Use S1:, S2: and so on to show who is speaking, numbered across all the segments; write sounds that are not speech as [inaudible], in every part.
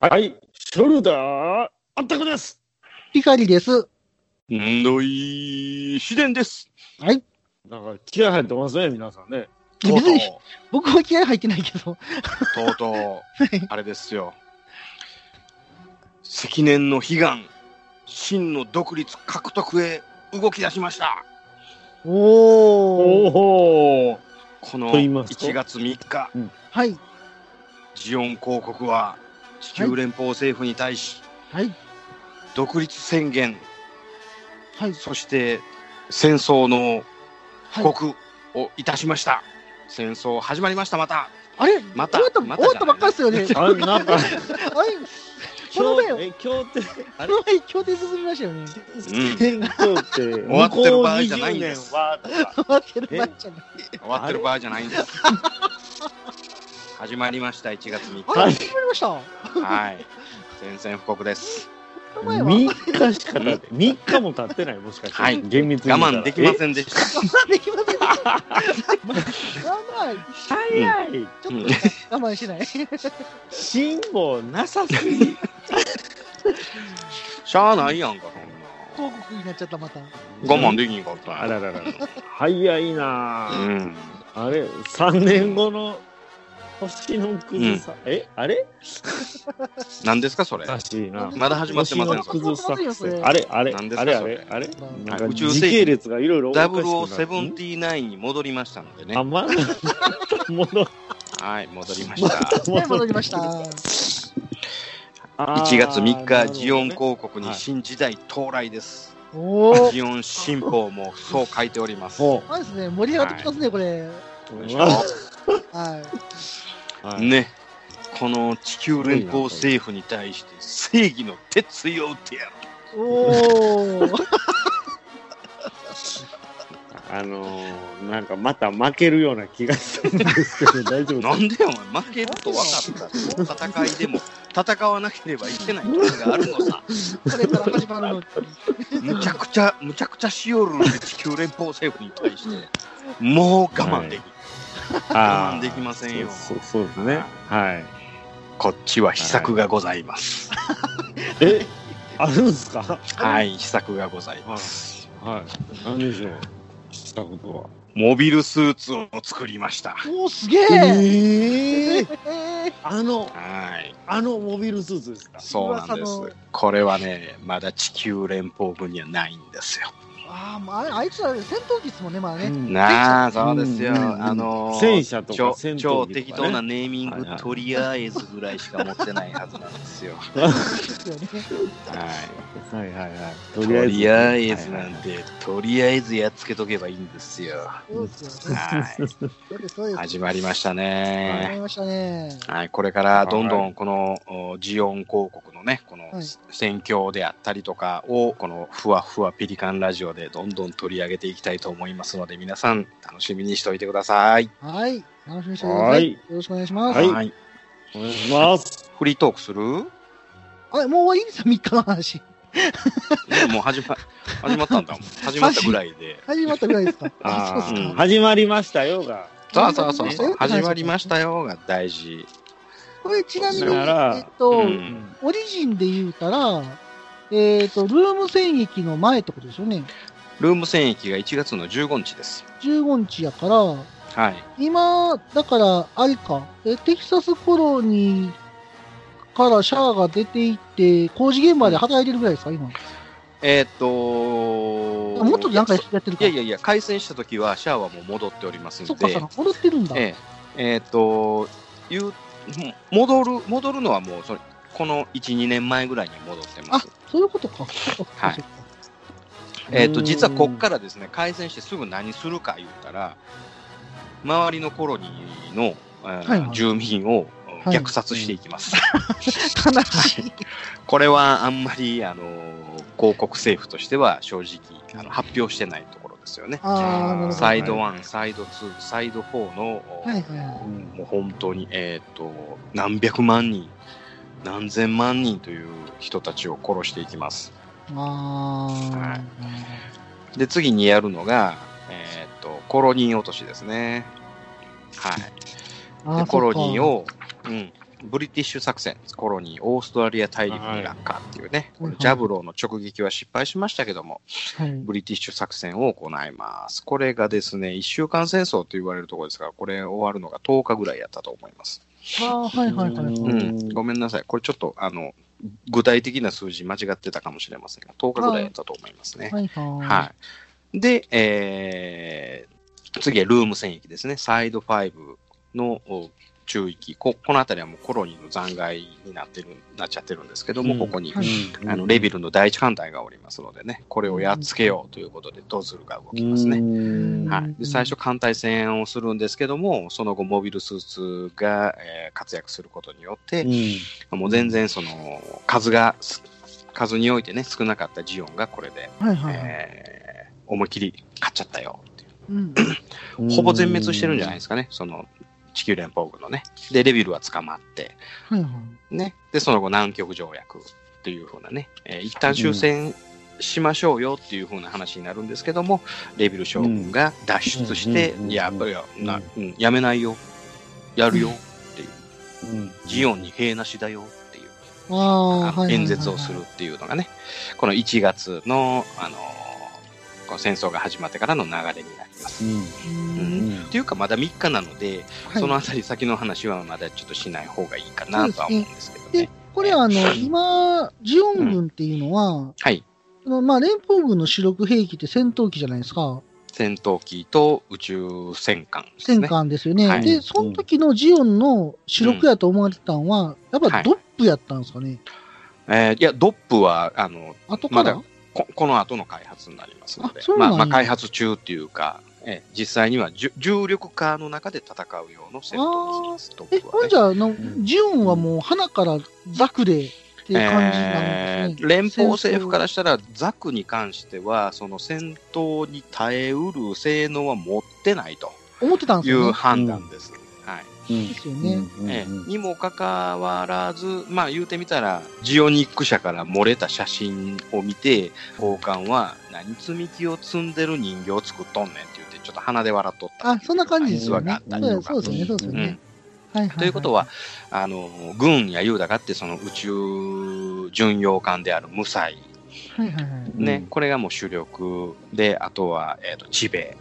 S1: はい、ショルダーあったくです。
S2: ピカリです。
S3: んどい、秘伝です。
S2: はい。
S1: なんか気合入ってますね、皆さんね。
S2: いや
S3: とう
S2: 別
S3: と
S2: に僕は気合入ってないけど。
S3: う、とうとう、あれですよ。積年の悲願、真の独立獲得へ動き出しました。
S2: おお。
S1: おお。
S3: この
S1: と言いますと
S3: 1月3日、
S2: はい。
S3: ジオン公国は地球連邦政府に対し、
S2: はい。
S3: 独立宣言、
S2: はい。
S3: そして戦争の
S2: はい、
S3: 布告をいたしました。戦争始まりました、また。
S2: あれ
S3: また
S2: 終わった、
S3: また
S2: 終わったばっかですよね。
S1: あれなんか
S2: はい。 [laughs] この前、
S1: え協定
S2: この前、協定進みましたよね。
S1: 天皇って向
S3: わってる
S1: こう
S3: 場合じゃないんで
S1: 年
S3: す
S1: はとか。
S2: 終わってる場合じゃない。
S3: 終わってる場合じゃないんです。始まりました、1月3日。
S2: あ
S1: は
S2: れ、
S1: い
S2: 始まりました。こ
S3: はい。宣戦布告です。
S2: の前は。
S1: 3日しか経って、3日も経ってない、もしかして。
S3: はい
S1: 厳密に
S3: 我
S1: 言うたら。
S3: 慢できませんでした。
S2: 我慢できませんでした。まあまあ、
S1: え。早い。
S2: ちょっと我慢しない。
S1: 辛抱なさすぎる。
S3: しゃあないやんか、そん
S2: 広告になっちゃった、また。
S3: な。我慢できんかったんや。
S1: あらららら。早いな
S3: う
S1: ぁ。
S3: ん。
S1: あれ、3年後の星の崩さ。えあれ
S3: 何ですか、それ。
S1: おかしいな。
S3: まだ始まってません
S1: 星の
S3: それ。
S1: 崩作
S2: それ
S1: 戦。あれあれ
S3: 何です
S1: あ
S3: か
S1: れあ
S3: それ
S1: れあれなんか
S3: 宇宙世紀
S1: 時系列がいろいろおかしくなる
S3: 0079に戻りましたので
S1: あ
S3: ね。 [laughs]
S1: まだ戻っ
S3: はい、戻りまし
S1: ま
S3: た。
S1: た
S2: はい、
S1: 戻
S2: 戻
S1: っ
S2: りました。
S1: あー
S3: 1月3
S1: なるほど
S3: 日、
S1: ね
S3: ジオン広告に新時代到来です。
S2: おお。
S3: ジオン新報もそう書いております。
S1: ほ
S2: そうですね、盛り上がってきますね、これ。
S1: う
S3: でしょ
S2: はい。
S1: はい
S3: ね、この地球連邦政府に対して正義の鉄槌を打ってやる。
S2: おお。
S1: あのーなんかまた負けるような気がするんですけど大丈夫
S3: なんでお前負けると分かったら戦いでも戦わなければいけないことがあるのさ
S2: これから始まるのに。
S3: むちゃくちゃむちゃくちゃしおるんで地球連邦政府に対してもう我慢できん、
S1: あー
S3: 我慢できませんよ
S1: そうそうそうですねはい
S3: こっちは秘策がございます
S1: えあるんすか
S3: はい、秘策がございます
S1: はい何でしょうしたことは
S3: モビルスーツを作りました
S2: おお、すげえ。
S1: ええ
S2: えー
S1: あの
S3: はい
S1: あのモビルスーツですか
S3: そうなんですこれはねまだ地球連邦軍にはないんですよ
S2: [laughs] あーまあ、あれあいつら戦闘機ですもんね、まあね。
S3: なあそうですよ、
S1: うんうんうん
S3: あの
S1: 戦
S3: ー
S1: 車と
S3: 超
S1: か戦闘機と
S3: 超
S1: か、ね、
S3: 適当なネーミン
S1: はいはい
S3: グとりあえずぐらいしか持ってないはずなんですよ。は
S2: ですよね。
S3: い、
S1: はいはいはい。
S3: と
S1: と
S3: りあえずなんて、とりあえずやっつけとけばいいんですよ。
S2: そうですよね。
S1: [laughs]
S3: はい、
S2: そうです、そうです。
S3: 始まりました
S2: わか
S3: ね。
S2: りましたね。
S3: はい、これからどんど
S1: は
S3: んこのおジオン広告のね、この
S2: はい
S3: 戦況であったりとかを、このふわふわペリカンラジオでどんどん取り上げていきたいと思いますので、皆さん楽しみにしておいてください。
S2: はい。楽しみにしてくださ
S1: はい
S2: い。よろしくお願いします。
S1: はい
S3: い、
S1: お願いします。
S3: フリートークする
S2: あれ、もういいですよ、3日の話。
S3: ねもう始ま、始まったんだも [laughs] ん。始まったぐらいで。
S2: 始まったぐらいですか。
S3: [laughs]
S1: あー
S2: そうです
S1: うん
S2: か。
S1: 始まりましたよが。
S3: そうそうそう
S2: 始まりました
S3: そう。
S2: よ
S3: 始まりましたよが大事。
S2: これ、ちなみに、
S1: それなら
S2: えっと、
S3: う
S1: うんん
S2: オリジンで言うたら、えっと、ルーム戦役の前ってことですよね。
S3: ルーム戦役が1月の15日です。
S2: 15日やから、
S3: はい。
S2: 今、だから、あれか、えテキサスコロニーからシャアが出ていって、工事現場で働いてるぐらいですか、今。
S3: えーっと、
S2: もっとなんかやってる
S3: い
S2: か。
S3: やいやいや、開戦した時はシャアはもう戻っております
S2: そ
S3: ん
S2: っか、
S3: で
S2: さ、、戻ってるんだ。
S3: えええーっと、言う、戻る、戻るのはもうそれ、この1、2年前ぐらいに戻ってます。
S2: そういうことか。そっか
S3: はい
S2: そっか
S3: えー、と実はこっからですね改善してすぐ何するか言ったら周りのコロニーの、えー
S2: はいはい
S3: 住民を
S2: はい
S3: 虐殺していきます、 [laughs]
S2: 悲しい。
S3: これはあんまりあのー広告政府としては正直あの発表してないところですよね
S2: ああ、なるほど。
S3: サイド1サイド2サイド4の、
S2: はいはいはい。
S1: うん
S3: もう本当に、えー、と何百万人何千万人という人たちを殺していきます
S2: あ
S3: で、次にやるのが、えーっと、コロニー落としですね。はい。
S2: あ。
S3: でコロニー
S2: を。
S3: を、うん、ブリティッシュ作戦、コロニー、オーストラリア大陸に落下っていうね、このジャブローの直撃は失敗しましたけども、
S2: はい。
S3: ブリティッシュ作戦を行います。これがですね、1週間戦争と言われるところですから、これ終わるのが10日ぐらいやったと思います。
S2: ああ、はいはいは
S1: う
S2: い。
S1: ん
S3: うん、ごめんなさい。これちょっと、あの、具体的な数字間違ってたかもしれませんが、10日ぐらいやったと思いますね。
S2: はいはい。
S3: はい。で、えー次はルーム戦役ですね。サイド5のお中域。こ、この辺りはもうコロニーの残骸になってる、なっちゃってるんですけども、
S1: うん
S3: ここに、
S2: はい
S3: あの、レビルの第一艦隊がおりますのでね、これをやっつけようということで、ドズルが動きますね。
S1: ね
S2: うん
S3: はい。で、最初艦隊戦をするんですけども、その後モビルスーツが、えー活躍することによって、もう全然その、数が、数においてね、少なかったジオンがこれで
S2: はいはい。
S3: えー思いっきり勝っちゃったよっていう
S2: うん。
S3: ほぼ全滅してるんじゃないですすかね、その地球連邦軍のね。で、レビルは捕まって、
S2: はいはい。
S3: ね。で、その後南極条約っていう風なね、えー一旦終戦しましょうよっていう風な話になるんですけども、レビル将軍が脱出して
S1: う、ん
S3: いや、
S1: うん
S3: いやなうんやめないよ、やるよ、
S1: か。うん
S3: ジオンに兵なしだよっていう。
S2: ああ、はい
S3: あ
S2: はいは
S3: の
S2: い。
S3: 演説をするっていうのがね、この1月の、あの、こう戦争が始まってからの流れになります。
S1: う
S2: う
S1: ん
S2: ん。
S3: っていうか、まだ3日なので、
S2: はい
S3: そのあたり先の話はまだちょっとしない方がいいかなとは思うんですけど
S2: で
S3: ね。、
S2: これあの、
S3: うん
S2: 今、ジオン軍っていうのは、
S3: はい。
S2: そのまあ、連邦軍の主力兵器って戦闘機じゃないですか。
S3: 戦闘機と宇宙戦艦です
S2: 戦
S3: ね。
S2: 艦ですよね。
S3: はい
S2: で、その時のジオンの主力やと思われてたんは、やっぱドップやったんですかね。
S3: えーいや、ドップは、あの、
S2: 後から、
S3: まだここの後の開発になりますので
S2: あ、そうな
S3: ま
S2: ん
S3: あ、
S2: や
S3: まあ、開発中っていうか、えー実際にはじゅ重力化の中で戦うような戦闘機です、ド
S2: え、
S3: ップは、
S2: ほ
S3: ね
S2: んじ。ゃあの、
S1: ん
S2: ジオンはもう花からザクでっていう感じなんです
S3: えー
S2: ね。
S3: 連邦政府からしたら、ザクに関しては、その戦闘に耐えうる性能は持ってないと
S2: 思ってたんです
S3: い
S2: よ
S3: う
S2: ね。
S3: 判断です。はい
S2: ですよね。
S3: えーにもかかわらず、まあ、言うてみたら、ジオニック社から漏れた写真を見て、高官は、何積み木を積んでる人形を作っとんねんって言って、ちょっと鼻で笑っとった。
S2: あ、そんな感じですよ
S3: 実話があ
S2: ね
S3: っ。たり
S2: そ
S3: と
S2: う
S3: か
S2: そうですよね、そうですよね。はいはい。
S3: ということは、、あの軍やユダがあって、その宇宙巡洋艦である無罪
S2: はいはいはい。
S3: ね、
S1: うん
S3: これがもう主力で、あとは、えー、とチベ、え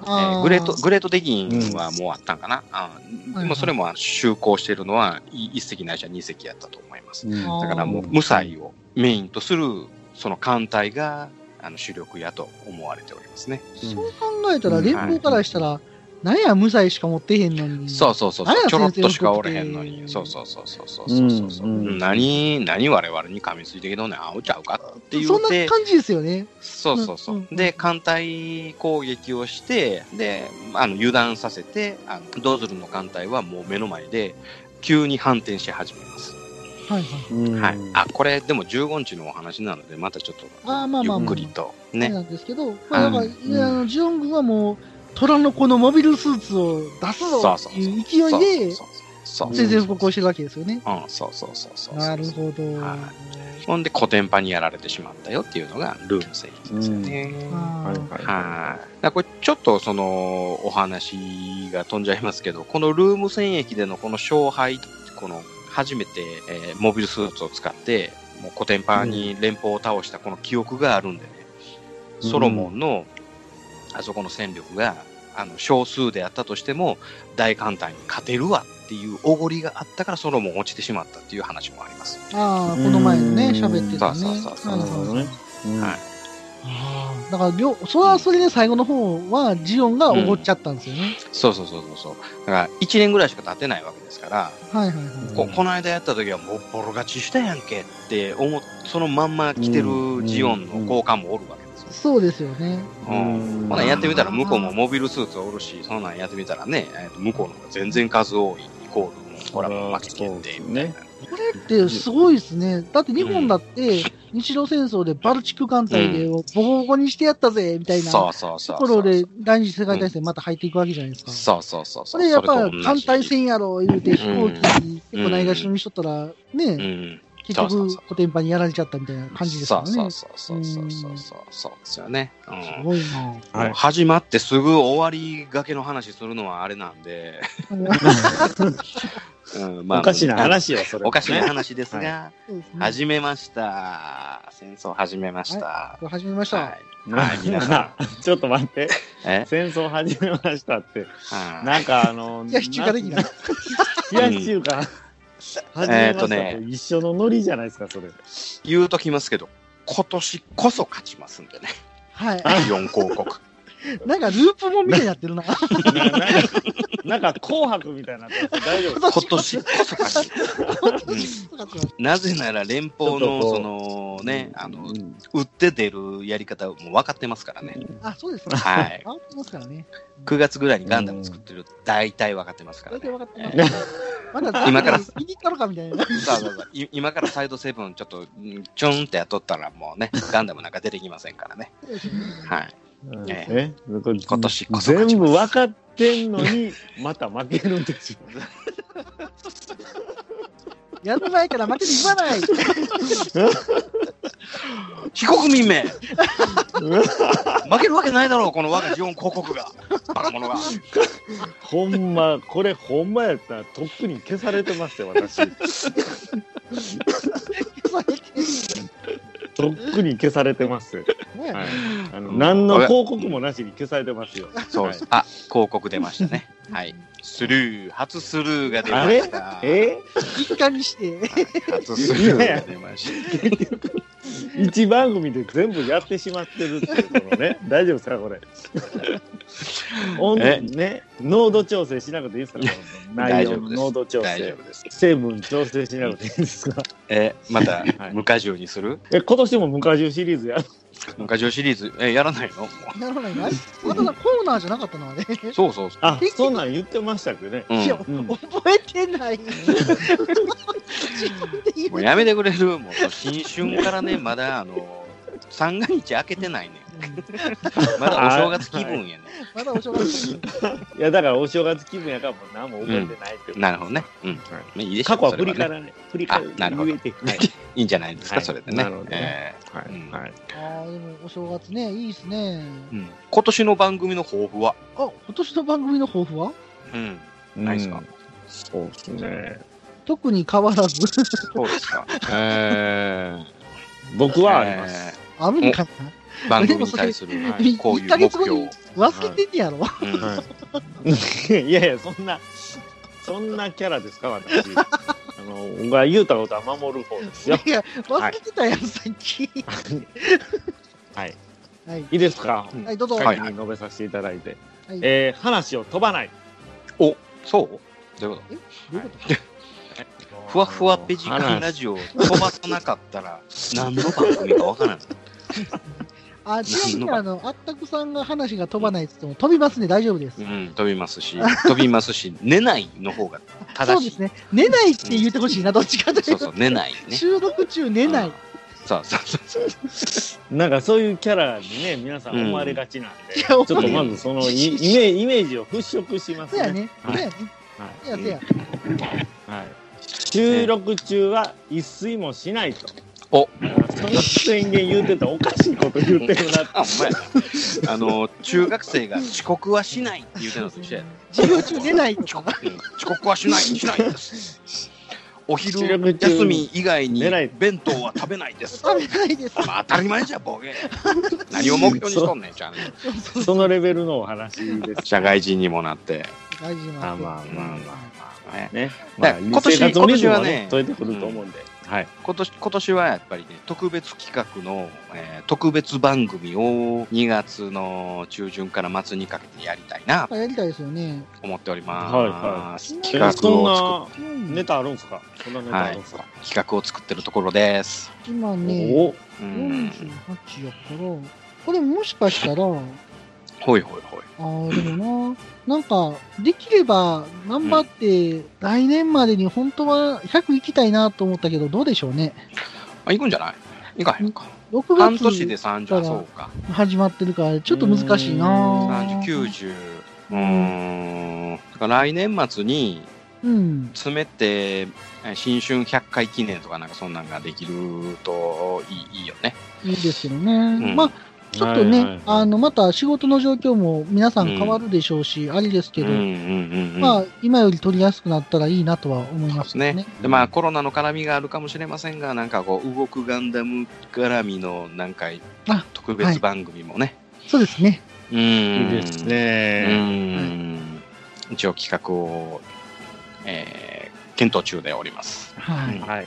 S3: ー
S2: あ
S3: グレート、グレートデギンはもうあったんかな、あー
S2: はい
S3: でもそれも就航しているのは1隻ないしは2隻やったと思います。
S2: あー
S3: だからもう、無罪をメインとするその艦隊があの主力やと思われておりますね。
S2: そう考えたら、連邦からしたら、なんや、無罪しか持ってへんのに。
S3: そうそうそう
S2: 何
S3: そう、
S2: や
S3: ちょろっとしかおれへんの
S2: 全然
S3: に、
S2: 良くて
S3: そうそうそうそうそうそうそうそう、
S1: うんうん
S3: 何、何我々に噛みついてきとんねん、あうちゃうかって言
S2: そんな
S3: うて、
S2: 感じですよね。
S3: そうそうそう。
S2: うんうん
S3: で、艦隊攻撃をして、で、あの油断させて、あのドズルの艦隊はもう目の前で、急に反転し始めます。
S2: はいはい。
S3: はい。あ、これ、でも15日のお話なので、またちょっと、
S2: あーまあまあまあ
S3: ゆっくりと。
S2: ね、
S3: ね。
S2: なんですけど、まあ、だから、
S1: うん
S2: いやあのジオン軍はもう、虎の子のモビルスーツを出すぞっていう勢
S3: そう
S2: いで、
S3: そうそうそう
S2: 全然歩行してるわけですよね。
S3: うん、そうそうそうそう。
S2: なるほど。
S3: はいほんで、コテンパにやられてしまったよっていうのが、ルーム戦役ですよね。
S2: あー
S3: はい。だからこれちょっとそのお話が飛んじゃいますけど、このルーム戦役でのこの勝敗、この初めて、えーモビルスーツを使って、もうコテンパーに連邦を倒したこの記憶があるんでね、
S1: うん
S3: ソロモンのあそこの戦力が、あの少数であったとしても、大艦隊に勝てるわっていうおごりがあったから、ソロモン落ちてしまったっていう話もあります。
S2: ああ、この前のね、
S1: うん
S2: 喋ってたね。
S3: そうそうそ
S2: は
S3: うそう
S2: いはいはい
S3: はい
S2: あーだから、両それはそれで最後の方は、ジオンがおごっちゃったんですよね。
S3: そうそうそうそうそう。だから、1年ぐらいしか経ってないわけですから、
S2: はいはいはい。
S3: ここの間やった時はもうボロ勝ちしたやんけって思っそのまんま来てるジオンの交換もおるわけですよ。
S2: そうですよね。
S3: うん
S1: うん
S3: ほなやってみたら向こうもモビルスーツおるし、そんなんやってみたらね、えーと向こうの方が全然数多いイコール、もうほら、もう負けてんで、みたいな。
S2: これってすごいですね。だって日本だって、日露戦争でバルチック艦隊でボコボコにしてやったぜ、みたいな
S3: そ
S2: と
S3: うそうそう。
S2: ころで、第二次世界大戦また入っていくわけじゃないですか。
S3: そうそうそう。
S2: それやっぱ
S3: と同じ
S2: 艦隊戦やろ、言うて飛行機
S3: うん
S2: 結構ないがしろにしとったら、
S3: う
S2: ね、
S3: ん。
S2: 結
S3: そう
S2: 局
S3: そうそ
S2: コテンパンにやられちゃったみたいな感じですからね。
S3: そう
S2: す
S3: そうそうそうそうそう。そうですよね。うん
S2: ごいな
S1: はい
S3: もう始まってすぐ終わりがけの話するのはあれなんで、うん
S1: おかしな
S3: あ
S1: 話よ、それ。
S3: のおかしな話ですが、
S2: そうですね
S3: 始めました。戦争始めました。
S2: [laughs] 始めました。
S3: は
S1: な。
S3: い皆さ
S1: ん。 [laughs] ちょっと待って。
S3: い。え
S1: [laughs] 戦争始めました
S3: [laughs]
S1: って。
S3: はい
S1: なんかあの、
S2: 冷やし中華できない。
S1: 冷やし中華。始めました
S3: えーと
S1: と一緒のノリじゃないですか、
S3: [laughs]
S1: それ。
S3: 言うときますけど、今年こそ勝ちますんでね。
S2: はい。
S3: 4広 [laughs] 告。
S2: なんかループもんみたいにな
S3: [laughs]
S2: ってるな。
S1: なななんか紅白みたいになってます大丈夫
S3: 今
S2: [laughs]
S3: 年こそ勝ち。
S2: は
S3: なぜなら連邦
S1: ちょっ
S3: の、
S1: とこう
S3: そのね、あの
S1: う、ん
S3: 売って出るやり方もう分かってますからね。
S2: あ、そうですね。
S3: はい
S2: 変わってますからね。
S3: 9月ぐらいにガンダム作ってる、大体分かってますから
S2: 大体分かって
S3: ね。
S2: ます。
S3: [laughs]
S2: まだ
S3: 今から
S2: 見に行ったのかみたいな。
S3: そうそうそうい今からサイドセブンちょっと、んちょんってやっとったらもうね、ガンダムなんか出てきませんからね。はい。
S1: うん
S3: え
S1: えこれ
S3: 今年こそ勝ち
S1: 全
S3: ま
S1: 部
S3: す
S1: 分かってんのに、また負けるん
S3: [laughs]
S1: ですよ。
S2: やる前から負けて言わ
S3: [laughs]
S2: ない。
S3: 非国民名負けるわけないだろう、この我がジオン広
S1: [laughs]
S3: 告が。バカ者が。
S1: ほんま、これほんまやったら、とっくに消されてますよ、私。
S3: [laughs]
S1: とっくに消されてます。はい。あの、
S3: うん
S1: 何の広告もなしに消されてますよ。
S3: そうです。あ、広告出ましたね。はい。スルー、初スルーが出ました。
S1: え
S2: 一貫にして。
S3: 初スルーが出ました。
S1: [laughs]
S3: [laughs]
S1: 一番組で全部やってしまってるっていうこの
S3: [laughs]
S1: ね大丈夫ですかこれ音
S3: え
S1: ね濃度調整しなくていいですかこの内容の濃度調
S3: 大丈
S1: 整
S3: 夫です。
S1: 成分調整しなくていいですか
S3: え、また
S1: は、い
S3: 無荷重にする
S1: [laughs] え今年も無果汁シリーズやる
S3: 無荷重シリーズ、え、やらないのも
S2: なるほどね。まだコーナーじゃなかったのはね。
S3: うそうそうそう。 [laughs]
S1: あ [laughs] そんなん言ってましたっけどね
S3: うん
S2: いや、
S1: うん
S2: 覚えてない。
S3: [laughs] もうやめてくれるもう新春か
S1: [laughs]
S3: らね、まだ、あの、三が日開けてないね。まだお正月気分やね。
S2: まだお正月。
S1: いやだからお正月気分やからもう何も覚えてないってこと
S3: なるほどね。うん。まあいいでし
S1: 過
S3: ょう。
S1: 去は
S3: そ
S1: 振
S3: れ
S1: り
S3: はね
S1: 返らね振り返
S3: あなるほ
S1: ら
S3: ど
S1: 言えてはい
S3: いいんじゃないですか、
S1: はい
S3: それで
S1: な
S3: ね
S1: るほ。ど
S3: え
S1: ねはい
S3: うん
S1: はい
S2: ああ、でもお正月ね、いいですね。
S3: ーうん今年の番組の抱負は
S2: あ、今年の番組の抱負は
S3: うん。
S1: うん
S3: ないですか
S1: そうですね
S2: 特に変わらず。
S3: [laughs] そうですか。え
S1: 僕 [laughs] はあります
S2: あるんか
S3: ー番組に対する
S2: な。一
S3: こういう
S2: ヶ
S3: 目
S2: 月後に
S3: 標。
S2: 忘れてんねやろ。
S3: うん
S1: はいいやいや、そんな、そんなキャラですか、
S2: [laughs]
S1: 私。あの、僕は言うたことは守る方です
S2: い
S1: よ
S2: や。いや、忘れてたやん、さっき。 [laughs]
S1: はい。
S2: はい。
S1: いいですか、
S3: うん
S2: はい、どうぞ。
S3: は
S1: 先
S3: い
S1: に述べさせていただいて。
S2: はい
S1: えー話を飛ばない。
S3: お、そうどういうこ
S2: どういうこと
S3: とふわふわペジカンラジオ飛ばさなかったら何の番組かわからない。
S2: あ、ちなみ
S3: 何
S2: に
S3: の
S2: あの、あったくさんが話が飛ばないっつっても、飛びますね、大丈夫です。
S3: うん、飛びますし、飛びますし、寝ないの方が
S2: そう
S3: 正
S2: で
S3: しい
S2: す。ね。寝ないって言ってほしいな、どっちかとい
S3: そう
S2: う
S3: そ
S2: と
S3: う。、寝ないね。
S2: 収録中寝な
S3: う
S2: い
S3: ん。。そうそうそうそう。
S1: なんかそういうキャラにね、皆さん思われがちなんで、
S2: うんいや
S1: ちょっと
S2: 思
S3: われる
S1: まずそのイイメイメージを払拭します
S2: そうや
S1: ね。
S2: ね。
S1: は
S2: そう
S1: い
S2: やね。
S1: はい
S2: そうや、そうや。
S1: はい収録中は一睡もしないと。
S3: お
S1: その宣言言うてたらおかしいこと言ってるなって
S3: あ、ほんまやな。あの、中学生が遅刻はしないって言うてるのと
S2: [laughs]
S3: 一緒や。
S2: 授業中寝ないと
S3: 遅
S2: か。
S3: 刻うん遅刻はしない、しないです。お
S1: 収
S3: 昼
S1: 録中
S3: 休み以外に
S1: 寝ない
S3: 弁当は食べないです。
S2: 食べないです。
S3: まあ当たり前じゃ、ボケ。何を目標にしとんねん、ちゃんと。
S1: そのレベルのお話です。
S3: 社会人にもなって。
S2: 大事
S1: [laughs] あ
S2: な。
S1: まあまあまあ
S3: ね
S1: ね。
S3: だから今年
S1: 生活のリズム
S3: 今年はね
S1: 取れてくると思うんで。はい。
S3: 今年今年はやっぱりね、特別企画の、えー特別番組を2月の中旬から末にかけてやりたいなと
S2: やりたいですよね。
S3: 思っております。
S2: はい
S1: え
S3: 企画を作っ
S1: そ
S2: うんん
S1: なネタあるんですか。そんなネタあるんですか。
S3: 企画を作ってるところです。
S2: 今ね、
S1: おお。
S3: う
S2: 48
S3: ん。
S2: やから、これもしかしたら、
S3: ほいほいほい。
S2: ああ、でもな、なんか、できれば、頑張って、来年までに本当は100行きたいなと思ったけど、どうでしょうね。
S3: あ、行くんじゃない行かへんか。
S2: 6
S3: 半年で
S2: 月
S3: 30、あそうか。
S2: 始まってるから、ちょっと難しいうな
S3: 30、90。うーん。だから来年末に
S2: うん。
S3: 詰めて、えー新春100回記念とかなんかそんなんができるといいいいよね。
S2: いいですよね。
S3: ん
S2: まあ、ちょっとね、
S1: はいはいはい
S2: あの、また仕事の状況も皆さん変わるでしょうし、ありですけど、ま
S3: ま
S2: あ、今より取りやすくなったらいいなとは思い
S3: そう
S2: ま
S3: です
S2: すね。
S3: ね。で、まあ、コロナの絡みがあるかもしれませんが、なんかこう、動くガンダム絡みの、なんか
S2: あ、
S3: 特別番組もね。
S2: そうですね。
S3: うん。
S1: いいです
S3: う
S1: ね。
S3: ん。一応企画を、えー検討中でおります。
S2: はい。
S3: うん
S1: はい。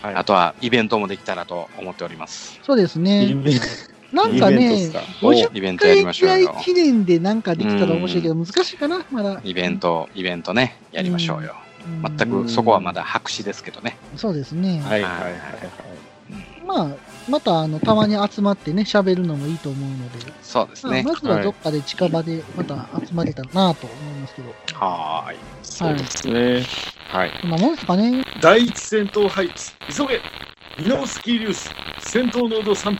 S1: はい
S3: あとは、イベントもできたらと思っております。
S2: そうですね。なんか
S1: イベントで
S2: ね
S1: すか、
S2: 50
S3: イベントやり
S2: 回
S3: まし
S2: ぐ
S3: ょ
S2: ら
S3: う
S2: い
S3: よ。
S2: 記念でなんかできたら面白いけど、難しいかな、まだ。
S3: イベント、イベントね、やりましょうよ。
S2: うん
S3: 全くそこはまだ白紙ですけどね。
S2: そうですね。
S1: はいはい
S3: い
S1: はい
S2: まあ、また、あの、たまに集まってね、喋るのもいいと思うので、
S3: そうですね
S2: ま。あまずはどっかで近場でまた集まれたらなと思いますけど、
S3: はーい。
S1: そうですね。
S3: はい。
S2: こんなもんですかね。
S4: 第一戦闘配置急げミノフスキー粒子戦闘濃度3分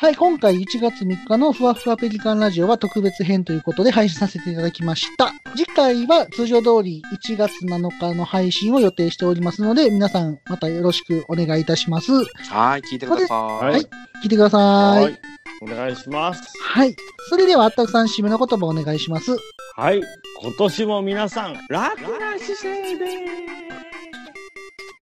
S2: はい、今回1月3日のふわふわペリカンラジオは特別編ということで配信させていただきました。次回は通常通り1月7日の配信を予定しておりますので、皆さんまたよろしくお願いいたします。聞
S3: はい、聞いてくださ
S1: はいい。
S2: いてください。は。
S1: はいい。お願いします。
S2: それでは、あったくさん締めの言葉お願いします。
S1: はい。今年も皆さん、楽な姿勢で